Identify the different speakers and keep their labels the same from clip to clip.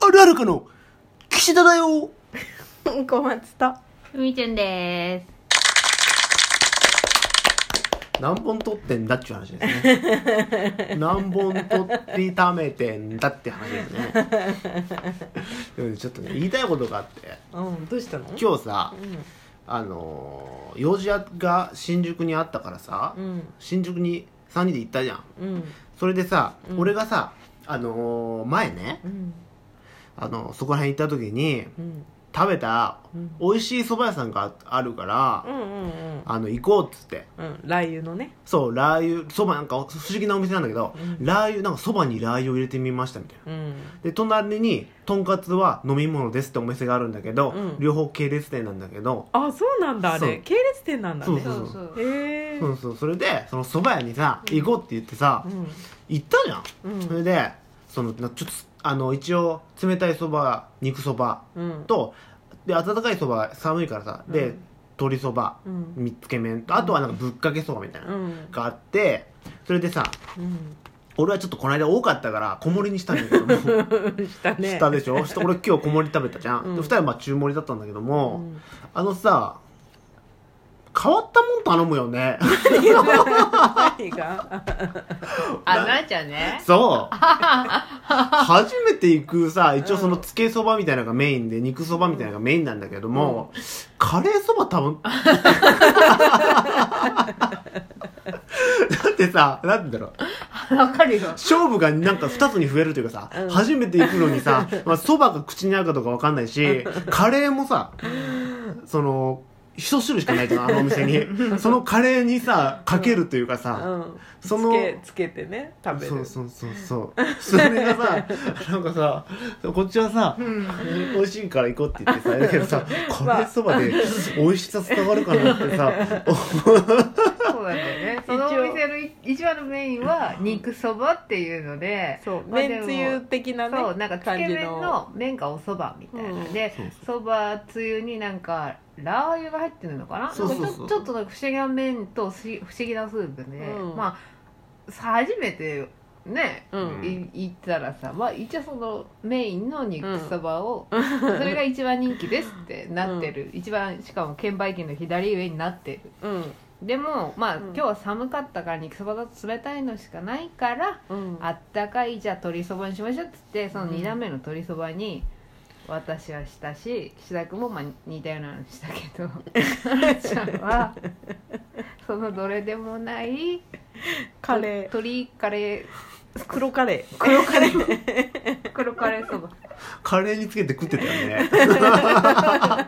Speaker 1: あるあるかの岸田だよ
Speaker 2: 小松と
Speaker 3: みちゅんで
Speaker 1: 何本撮ってんだっちゅう話ですね 何本撮りためてんだって話ですねでもねちょっとね言いたいことがあって
Speaker 2: うんどうしたの
Speaker 1: 今日さ
Speaker 2: う
Speaker 1: あのー用事が新宿にあったからさ、
Speaker 2: ん
Speaker 1: 新宿に3人で行ったじゃん
Speaker 2: うん
Speaker 1: それでさ、
Speaker 2: うん
Speaker 1: 俺がさあのー前ね
Speaker 2: うん
Speaker 1: あのそこら辺行った時に
Speaker 2: うん
Speaker 1: 食べた
Speaker 2: うん
Speaker 1: 美味しい蕎麦屋さんがあるから、
Speaker 2: うんうん
Speaker 1: あの行こうっつって
Speaker 2: うんラー油のね
Speaker 1: そうラー油そばなんか不思議なお店なんだけど、
Speaker 2: う
Speaker 1: ラー油なんかそばにラー油を入れてみましたみたいな
Speaker 2: うん
Speaker 1: で隣にとんかつは飲み物ですってお店があるんだけど、
Speaker 2: うん
Speaker 1: 両方系列店なんだけど、
Speaker 2: あそうなんだあ
Speaker 1: そう
Speaker 2: れ系列店なんだね
Speaker 3: す。
Speaker 1: そうそう
Speaker 3: そう。
Speaker 2: へえ
Speaker 1: そうそうそれでそのそば屋にさ行こうって言ってさ、
Speaker 2: うん
Speaker 1: 行ったじゃん、
Speaker 2: うん
Speaker 1: それでそのなちょっとあの一応冷たいそば肉そば
Speaker 2: うん
Speaker 1: とで温かいそば寒いからさで、
Speaker 2: うん
Speaker 1: 鶏そば
Speaker 2: うん
Speaker 1: みつけ麺とあとはなんかぶっかけそばみたいな
Speaker 2: う
Speaker 1: の
Speaker 2: ん
Speaker 1: があってそれでさ
Speaker 2: うん
Speaker 1: 俺はちょっとこの間多かったから小盛りにしたんだけども
Speaker 2: した ね
Speaker 1: したでしょした俺今日小盛り食べたじゃん、
Speaker 2: うん
Speaker 1: で2人はまあ中盛りだったんだけど
Speaker 2: う
Speaker 1: も、
Speaker 2: ん
Speaker 1: あのさ変わったもん頼むよね
Speaker 2: 何が
Speaker 3: あ、なっちゃ んね。
Speaker 1: そう 初めて行くさ一応そのつけそばみたいなのがメインで肉そばみたいなのがメインなんだけども、カレーそば多 分 だってさなんだろう
Speaker 3: わかるよ。
Speaker 1: 勝負がなんか2つに増えるというかさ、
Speaker 2: うん
Speaker 1: 初めて行くのに さまあそば、が口に合うかどうか分かんないしカレーもさその一種類しかないじゃんあのお店にそのカレーにさかけるというか
Speaker 2: う
Speaker 1: さ、
Speaker 2: ん
Speaker 1: その
Speaker 2: つけつけてね食べる
Speaker 1: そうそうそうそうそれがさなんかさこっちはさ、美味しいから行こうって言ってさだけどさカレーそばで美味しさ伝わるかなって さ
Speaker 3: そうなんだよね。そのお店のい一番のメインは肉そばっていうので、
Speaker 2: そう
Speaker 3: まあで
Speaker 2: めん
Speaker 3: も
Speaker 2: つゆ的なね
Speaker 3: そうなんかつけ
Speaker 2: 感じ
Speaker 3: 麺の麺がおそばみたいな
Speaker 2: うん
Speaker 3: で
Speaker 1: そう
Speaker 3: そばつゆになんかラー油が入ってるのかな
Speaker 1: そうそうそう
Speaker 3: なんかちょちょっとなんか不思議な麺と不思不思議なスープで、
Speaker 2: うん
Speaker 3: まあ初めてね、
Speaker 2: うん
Speaker 3: い行ったらさまあ一応そのメインの肉そばを、 それが一番人気ですってなってる、一番しかも券売機の左上になって
Speaker 2: う
Speaker 3: る
Speaker 2: ん
Speaker 3: でもまあ、
Speaker 2: うん
Speaker 3: 今日は寒かったから肉そばだと冷たいのしかないから
Speaker 2: うん
Speaker 3: あったかいじゃあ鶏そばにしましょうっつってその2段目の鶏そばに私はしたし岸田君もまあ似たようなのしたけどあちゃんはそのどれでもない
Speaker 2: カレー
Speaker 3: 鶏カレ
Speaker 2: 黒カレー黒カレー
Speaker 3: ー黒カレーそば
Speaker 1: カレーにつけて食ってたよねだ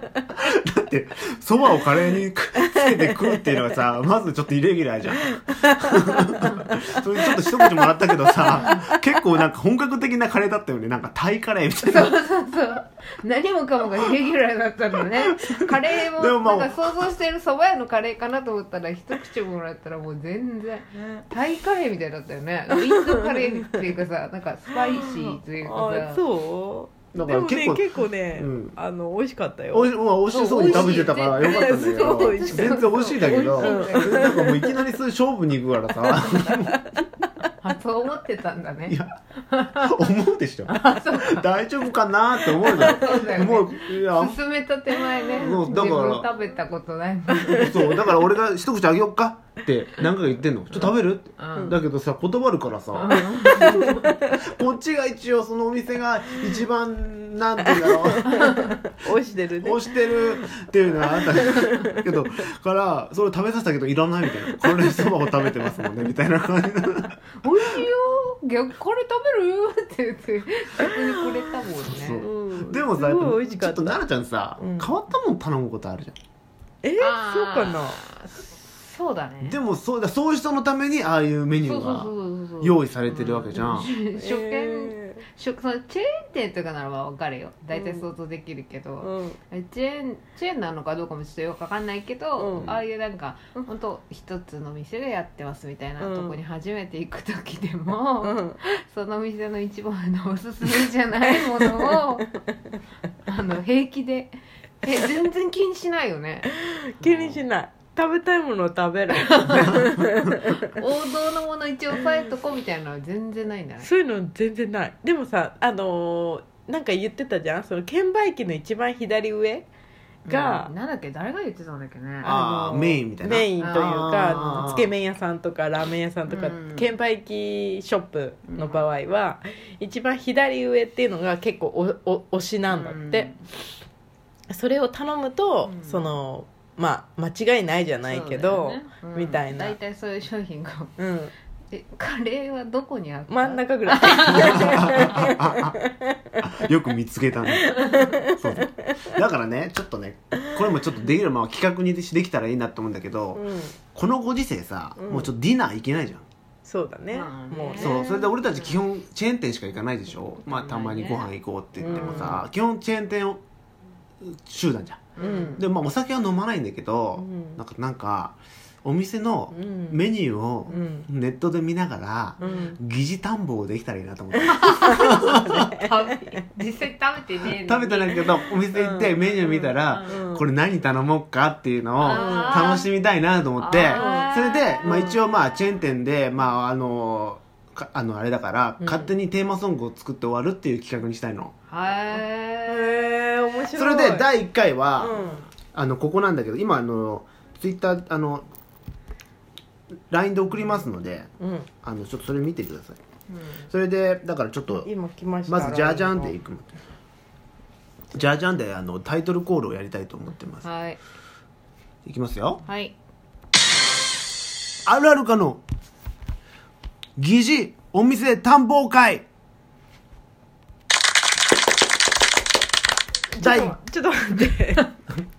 Speaker 1: ってそばをカレーにくつけて食うっていうのはさまずちょっとイレギュラーじゃんそれでちょっと一口もらったけどさ結構なんか本格的なカレーだったよねなんかタイカレーみたいな
Speaker 3: そうそう何もかもがイレギュラーだったのねカレー
Speaker 1: でも
Speaker 3: も
Speaker 1: まあ
Speaker 3: なんか想像してるそば屋のカレーかなと思ったら一口もらったらもう全然タイカレーみたいだったよねインドカレーっていうかさなんかスパイシーというか
Speaker 2: あ
Speaker 3: さ
Speaker 2: そう
Speaker 1: だ
Speaker 2: で
Speaker 1: から
Speaker 2: もね
Speaker 1: 結構
Speaker 2: 結構ね、
Speaker 1: うん
Speaker 2: あの美味しかったよ
Speaker 1: おいまあ美味しそうに食べてたからよかったんだけど
Speaker 2: 美味しい
Speaker 1: 全然美味しいんだけど
Speaker 2: 美味しい
Speaker 1: なんかもういきなりそういう勝負に行くからさ
Speaker 3: あそう思ってたんだね
Speaker 1: いや思うでしょ大丈夫かなって思うじゃ
Speaker 3: そうだよ
Speaker 1: ん
Speaker 3: ね
Speaker 1: もういや
Speaker 3: 進めた手前ね
Speaker 1: もうだから
Speaker 3: 自分食べたことないもん
Speaker 1: そうだから俺が一口あげよっかって何回か言ってんの「ちょっと食べる?」って
Speaker 3: うん
Speaker 1: だけどさ断るからさこっちが一応そのお店が一番なんていうんだろ
Speaker 2: 美味しいでる
Speaker 1: う
Speaker 2: ね
Speaker 1: 押してるっていうのはあったけどからそれ食べさせたけどいらないみたいな「これそばを食べてますもんね」みたいな感じの
Speaker 3: 美味しいよ逆これ食べるよって言って逆にくれたもんね
Speaker 1: そう
Speaker 2: うん
Speaker 1: でもさ
Speaker 2: す
Speaker 1: やっぱ
Speaker 2: ごい美味し
Speaker 1: ち
Speaker 2: か
Speaker 1: ょ
Speaker 2: っ
Speaker 1: っと
Speaker 2: た
Speaker 1: 奈々ちゃんさ
Speaker 2: うん
Speaker 1: 変わったもん頼むことあるじゃ
Speaker 2: えー
Speaker 3: あー
Speaker 2: そうかな
Speaker 3: そうだね
Speaker 1: んでもそうだそういう人のためにああいうメニ
Speaker 3: そ
Speaker 1: ュ
Speaker 3: う
Speaker 1: ー
Speaker 3: そ
Speaker 1: が
Speaker 3: うそうそう
Speaker 1: 用意されてるわけじゃん
Speaker 3: う初見
Speaker 2: え
Speaker 3: 食そのチェーン店とかならば分かるよ大体想像できるけど、
Speaker 2: ーうん
Speaker 3: チェーンチェーンなのかどうかもちょっとよくわかんないけど、
Speaker 2: うん
Speaker 3: ああいうなんか本当一つの店でやってますみたいな
Speaker 2: うん
Speaker 3: とこに初めて行く時でも、
Speaker 2: うん
Speaker 3: その店の一番のおすすめじゃないも のをあの平気でえ全然気にしないよね
Speaker 2: 気にしない食べたいものを食べる
Speaker 3: 王道のもの一応押さえとこうみたいなのは全然ないんだね
Speaker 2: そういうの全然ないでもさあのーなんか言ってたじゃんその券売機の一番左上が、
Speaker 3: うんなんだっけ誰が言ってたんだっけね
Speaker 1: あーメインみたいな
Speaker 2: メインという
Speaker 1: あ
Speaker 2: か
Speaker 1: ー
Speaker 2: つけ麺屋さんとかラーメン屋さんとか、
Speaker 3: うん
Speaker 2: 券売機ショップの場合は、一番左上っていうのが結構おお推しなんだって、それを頼むと、
Speaker 3: うん
Speaker 2: そのまあ間違いないじゃ
Speaker 3: うん
Speaker 2: ないけどう,、
Speaker 3: そうだよねうん
Speaker 2: みたいな
Speaker 3: 大体そういう商品が
Speaker 2: ん
Speaker 3: えカレーはどこにあった
Speaker 2: 真ん中ぐらい
Speaker 1: よく見つけたね そうだからねちょっとねこれもちょっとできるまま企画にできたらいいなと思うんだけど、
Speaker 2: うん
Speaker 1: このご時世さ、
Speaker 2: うん
Speaker 1: もうちょっとディナー行けないじゃん
Speaker 2: そうだね、
Speaker 3: まあね
Speaker 2: もうね
Speaker 1: そうそれで俺たち基本チェーン店しか行かないでしょ、まあ、たまにご
Speaker 3: まあ
Speaker 1: 飯
Speaker 3: ね
Speaker 1: 行こうって言ってもさ、基本チェーン店を集団じゃん
Speaker 2: うん
Speaker 1: でまあお酒は飲まないんだけど、
Speaker 2: うん
Speaker 1: なんかなんかお店の
Speaker 2: うん
Speaker 1: メニューを
Speaker 2: うん
Speaker 1: ネットで見ながら、
Speaker 2: うん
Speaker 1: 疑似探訪できたらいいなと思って
Speaker 3: 食べ実際食べてねえ
Speaker 1: 食べ
Speaker 3: のに
Speaker 1: たんだけどお店行って
Speaker 2: うん
Speaker 1: メニュー見たら、
Speaker 2: うん
Speaker 1: これ何頼もうかっていうのを
Speaker 3: あー
Speaker 1: 楽しみたいなと思って
Speaker 3: あー
Speaker 1: それで、まあ、
Speaker 2: うん
Speaker 1: 一応まあチェーン店で、まあ、あのかあのあれだから、
Speaker 2: うん
Speaker 1: 勝手にテーマソングを作って終わるっていう企画にしたいの
Speaker 3: はい
Speaker 2: へえ面白い
Speaker 1: それで第1回
Speaker 2: う
Speaker 1: は、
Speaker 2: ん
Speaker 1: あのここなんだけど今あのツイッターあの LINE で送りますので
Speaker 2: うん、
Speaker 1: あのちょっとそれ見てくださいそれでだからちょっと
Speaker 2: 今来ました
Speaker 1: まず「じゃじゃん」でい
Speaker 2: い
Speaker 1: くじゃじゃんであのタイトルコールをやりたいと思ってます
Speaker 3: はい
Speaker 1: いきますよ
Speaker 3: はい
Speaker 1: あるあるかの疑似お店探訪会第
Speaker 2: ちょっとちょっと待って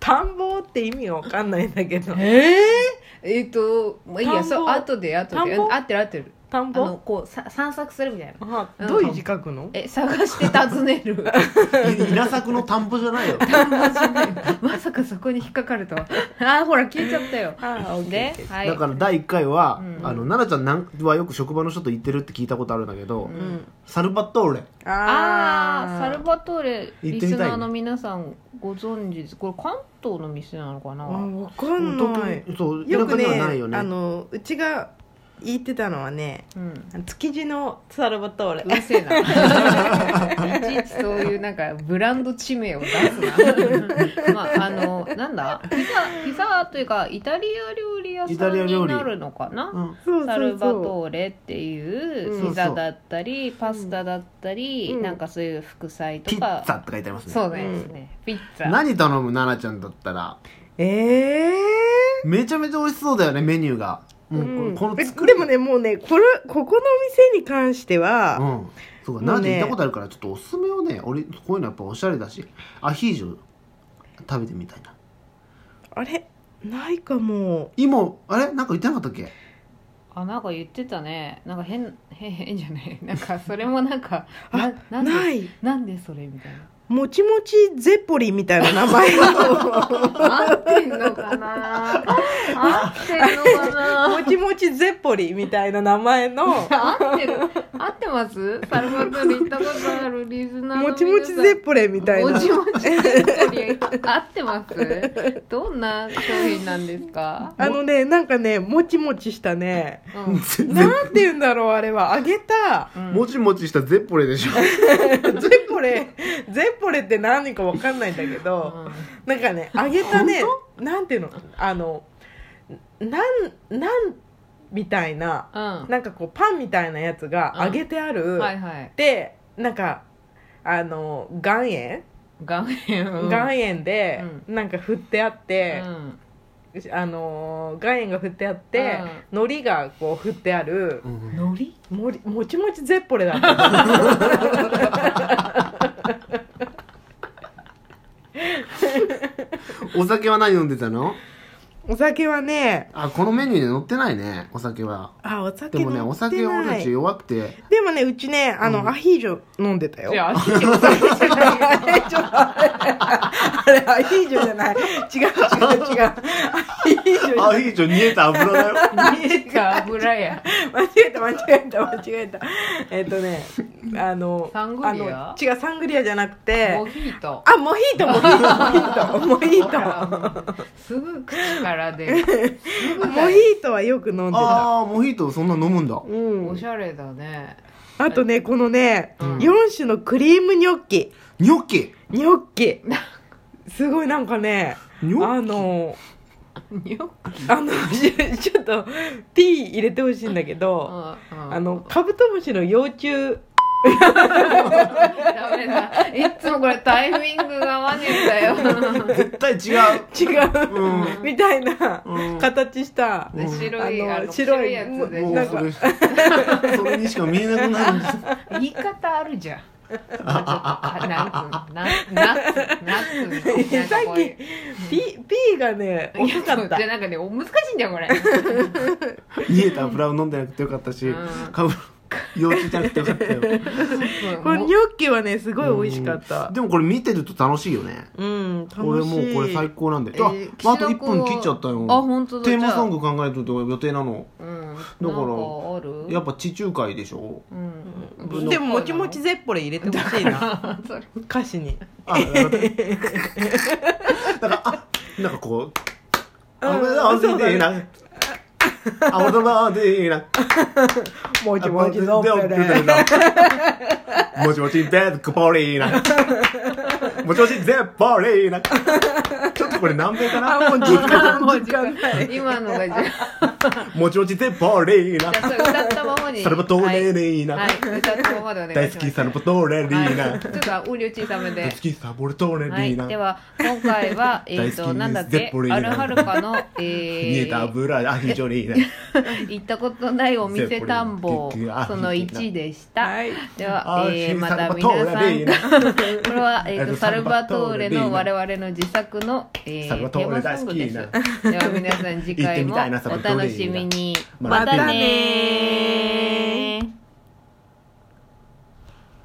Speaker 2: 田んぼって意味わかんないんだけど
Speaker 3: ええーっとまあいいや
Speaker 2: 田んぼ
Speaker 3: そう後で後で
Speaker 2: 田んぼ
Speaker 3: 合ってる合ってる
Speaker 2: 田ん
Speaker 3: あの
Speaker 2: ぼ
Speaker 3: こうさ散策するみたいな
Speaker 2: あ
Speaker 3: うん
Speaker 2: どういう字書くの
Speaker 3: え探して尋ね る
Speaker 1: い稲作の田んぼじゃない よ
Speaker 3: まさかそこに引っかかるとはあーほら消えちゃったよ
Speaker 2: あ
Speaker 3: で、はい、
Speaker 1: だから第1回は、
Speaker 3: うん
Speaker 1: あの奈々ちゃんなんはよく職場の人と行ってるって聞いたことあるんだけど、
Speaker 2: うん
Speaker 1: サルバトーレ
Speaker 3: あー
Speaker 2: ー
Speaker 3: サルバトーレ
Speaker 1: 行って
Speaker 3: リ
Speaker 1: みたいね
Speaker 3: スナーの皆さんご存知ですこれ関東の店なのかな、
Speaker 2: あわかんない
Speaker 1: にそう
Speaker 2: よく
Speaker 1: 田舎
Speaker 2: ね
Speaker 1: にはないよね
Speaker 2: あのうちが言ってたのはね
Speaker 3: うん
Speaker 2: 築地のサルバトーレ
Speaker 3: うるせえないちいちそういうなんかブランド地名を出すなまああのなんだピザピザというかイタリア料理屋
Speaker 1: イタ
Speaker 3: さ
Speaker 1: リア
Speaker 3: ん
Speaker 1: 料
Speaker 3: に
Speaker 1: 理
Speaker 3: なるのかな
Speaker 1: うん
Speaker 2: そうそうそう
Speaker 3: サルバトーレってい
Speaker 2: うん
Speaker 3: うピザだったり、パスタだったり、
Speaker 2: うん
Speaker 3: なんかそういう副菜と
Speaker 1: ピ
Speaker 3: か
Speaker 1: ッツァって書いてありますね
Speaker 3: そうですね、ピッツァ
Speaker 1: 何頼む奈々ちゃんだったら
Speaker 2: ええ
Speaker 1: めちゃめちゃ美味しそうだよねメニューがもうこれこの
Speaker 2: え
Speaker 1: 作
Speaker 2: で
Speaker 1: る
Speaker 2: もねもうねこれここのお店に関しては、
Speaker 1: うんそうか
Speaker 2: もう
Speaker 1: 奈々ちゃん
Speaker 2: ね
Speaker 1: 行ったことあるからちょっとおすすめをね俺こういうのやっぱおしゃれだしアヒージョ食べてみたいな
Speaker 2: あれないかも
Speaker 1: 今あれなんか言ってなかったっけ
Speaker 3: あなんか言ってたねなんか変変変じゃないなんかそれもなんか
Speaker 2: あな
Speaker 3: ななんで
Speaker 2: い
Speaker 3: なんでそれみたい
Speaker 2: もちもちゼポリみたいな 名前の
Speaker 3: な合ってんのかな合ってんのかな
Speaker 2: もちもちゼポリみたいな名前 の
Speaker 3: 合ってる合ってますサルバトール行ったことあるリズナーの皆さん
Speaker 2: もちもちゼポレみたい
Speaker 3: も
Speaker 2: な
Speaker 3: ちもちゼッポリ合ってますどんな商品なんですか
Speaker 2: あのねなんかねもちもちしたね
Speaker 3: うん
Speaker 1: 全然
Speaker 2: なんて言うんだろうあれは揚げた
Speaker 3: うん
Speaker 1: もちもちしたゼッポレで しょ
Speaker 2: ゼポレゼポレって何かわかんないんだけ
Speaker 3: う
Speaker 2: ど
Speaker 3: ん
Speaker 2: なんかね揚げたねなんていうのあのなんなんみたいな
Speaker 3: うん
Speaker 2: なんかこうパンみたいなやつが揚げてある、
Speaker 3: はいはい
Speaker 2: でなんかあの岩塩、
Speaker 3: 岩塩うん
Speaker 2: 岩塩で、なんか振ってあって
Speaker 3: う、ん
Speaker 2: あのー岩塩が振ってあって、海苔がこう振ってある
Speaker 1: う、ん
Speaker 3: 海苔
Speaker 2: もりもちもちゼッポレだった
Speaker 1: お酒は何飲んでたの
Speaker 2: お酒はね
Speaker 1: あこのメニューに載ってないねお酒は
Speaker 2: あお酒
Speaker 1: で
Speaker 2: 飲ん
Speaker 1: も
Speaker 2: で
Speaker 1: ね
Speaker 2: ない
Speaker 1: お酒は俺たち弱くて
Speaker 2: でもねうちねあの、
Speaker 1: うん
Speaker 2: アヒージョ飲んでたよ
Speaker 3: いや
Speaker 2: ちょっと あれアヒージョじゃない違う違う違うアヒージョじゃない
Speaker 1: アヒージョ煮えた油だよ
Speaker 3: 何が油や
Speaker 2: 間違えた間違えた間違えたえっとねあの
Speaker 3: サングリア
Speaker 2: あの違うサングリアじゃなくて
Speaker 3: モヒート
Speaker 2: あモヒートモヒー トモヒートモヒー
Speaker 3: すぐ口から出るす
Speaker 2: ト
Speaker 3: ぐ
Speaker 2: モ
Speaker 3: だ
Speaker 2: ヒ
Speaker 3: よ
Speaker 2: ートはよく飲んでた
Speaker 1: ああモヒートそんな飲むんだ
Speaker 2: うん
Speaker 3: おしゃれだね
Speaker 2: あとねこのね、
Speaker 3: うん
Speaker 2: 4種のクリームニョッ キ
Speaker 1: ニョッキ
Speaker 2: ニョッキすごいなんかね
Speaker 1: ニョ
Speaker 2: あ
Speaker 1: ッキ
Speaker 2: の
Speaker 3: ニョッキ
Speaker 2: あの ちょっと P 入れてほしいんだけど、
Speaker 3: あ
Speaker 2: あのカブトムシの幼虫
Speaker 3: ダメだいつもこれタイミングがマジだよ
Speaker 1: 絶対違う
Speaker 2: 違う、
Speaker 1: うん
Speaker 2: みたいな
Speaker 1: うん
Speaker 2: 形した、
Speaker 1: うん
Speaker 3: 白い
Speaker 2: あの
Speaker 3: あの
Speaker 2: 白
Speaker 3: 白
Speaker 2: い
Speaker 3: いやつで
Speaker 1: も
Speaker 2: な
Speaker 1: うん
Speaker 2: か
Speaker 1: それそれにしか見えなくなるん です
Speaker 3: 言い方あるじゃんなんつうのなナッツナッツみたいな
Speaker 2: さ
Speaker 3: なんか
Speaker 2: っ
Speaker 3: こう
Speaker 2: き
Speaker 3: いう
Speaker 2: P, P がね大きかっ
Speaker 3: い
Speaker 2: た
Speaker 3: やそうでなんかね難しいんだよこれ
Speaker 1: 家と油を飲んでなくてよかったし、
Speaker 3: うん
Speaker 1: かぶ幼稚じゃなくてよかったよ
Speaker 2: これニョ
Speaker 3: ョ
Speaker 2: ッキはねすごい美味しかった
Speaker 1: でもこれ見てると楽しいよね
Speaker 2: うん楽しい
Speaker 1: 俺もうこれ最高なんで、
Speaker 3: えー
Speaker 1: あ
Speaker 3: 岸
Speaker 1: まああ
Speaker 3: 田
Speaker 1: と1分切っちゃったよ
Speaker 3: あ本当だ
Speaker 1: テーマソング考えといて予定なの
Speaker 3: う
Speaker 1: だ
Speaker 3: んだ
Speaker 1: から
Speaker 3: ある
Speaker 1: やっぱ地中海でし ょ
Speaker 3: うん
Speaker 2: でももちもちゼッポレ入れてほしい な歌詞に
Speaker 1: あなんかなんかあなんかこう「あ俺だあ
Speaker 2: そうだ
Speaker 1: でいいな」あ俺だあでいいな」
Speaker 2: も
Speaker 1: あ
Speaker 2: ちもちの
Speaker 1: でで
Speaker 2: ペ レ
Speaker 1: なもちもちゼッポリーなもちもちゼッポリーなちょっとこれ南米かな
Speaker 2: あもう時 間もう時間ない
Speaker 3: 今のがじゃあ
Speaker 1: もちもちゼッポリー
Speaker 3: じゃあ
Speaker 1: な
Speaker 3: それ歌ったままに
Speaker 1: サルバトレ
Speaker 3: はい
Speaker 1: リー
Speaker 3: は
Speaker 1: ない
Speaker 3: 歌ったままでお願いし
Speaker 1: 大
Speaker 3: ます
Speaker 1: 好きサルバトレリー
Speaker 3: は
Speaker 1: ナ
Speaker 3: いちょっと音量小さめで
Speaker 1: 大好きサボルトレリ
Speaker 3: はい
Speaker 1: ーナ
Speaker 3: では今回 はえ
Speaker 1: 大
Speaker 3: ー
Speaker 1: 好き
Speaker 3: となんだっ
Speaker 1: ゼ
Speaker 3: け
Speaker 1: ッポリーナ
Speaker 3: アルハルカの え
Speaker 1: 煮えた
Speaker 3: ー
Speaker 1: 油アヒージョリーナ
Speaker 3: 行ったことないお店探
Speaker 1: ゼ
Speaker 3: 訪
Speaker 1: ッポリーナ
Speaker 3: その1でした
Speaker 2: はい
Speaker 3: では、えー、また皆
Speaker 1: サルバト
Speaker 3: さ
Speaker 1: レリー
Speaker 3: ん
Speaker 1: ナ
Speaker 3: これは、えー、とサ
Speaker 1: サ
Speaker 3: ル
Speaker 1: ル
Speaker 3: バ
Speaker 1: バ
Speaker 3: ト
Speaker 1: ト
Speaker 3: ー
Speaker 1: ー
Speaker 3: レ
Speaker 1: レ
Speaker 3: の我々の自作の、え
Speaker 1: サ
Speaker 3: ー、
Speaker 1: ルバ
Speaker 3: テ
Speaker 1: ト
Speaker 3: ーマ
Speaker 1: ーレ大
Speaker 3: ソン
Speaker 1: 好
Speaker 3: グ
Speaker 1: き
Speaker 3: です
Speaker 1: な
Speaker 3: では皆さん次回もお楽しみに
Speaker 1: 行ってみたいなサルバトーレ
Speaker 3: またねー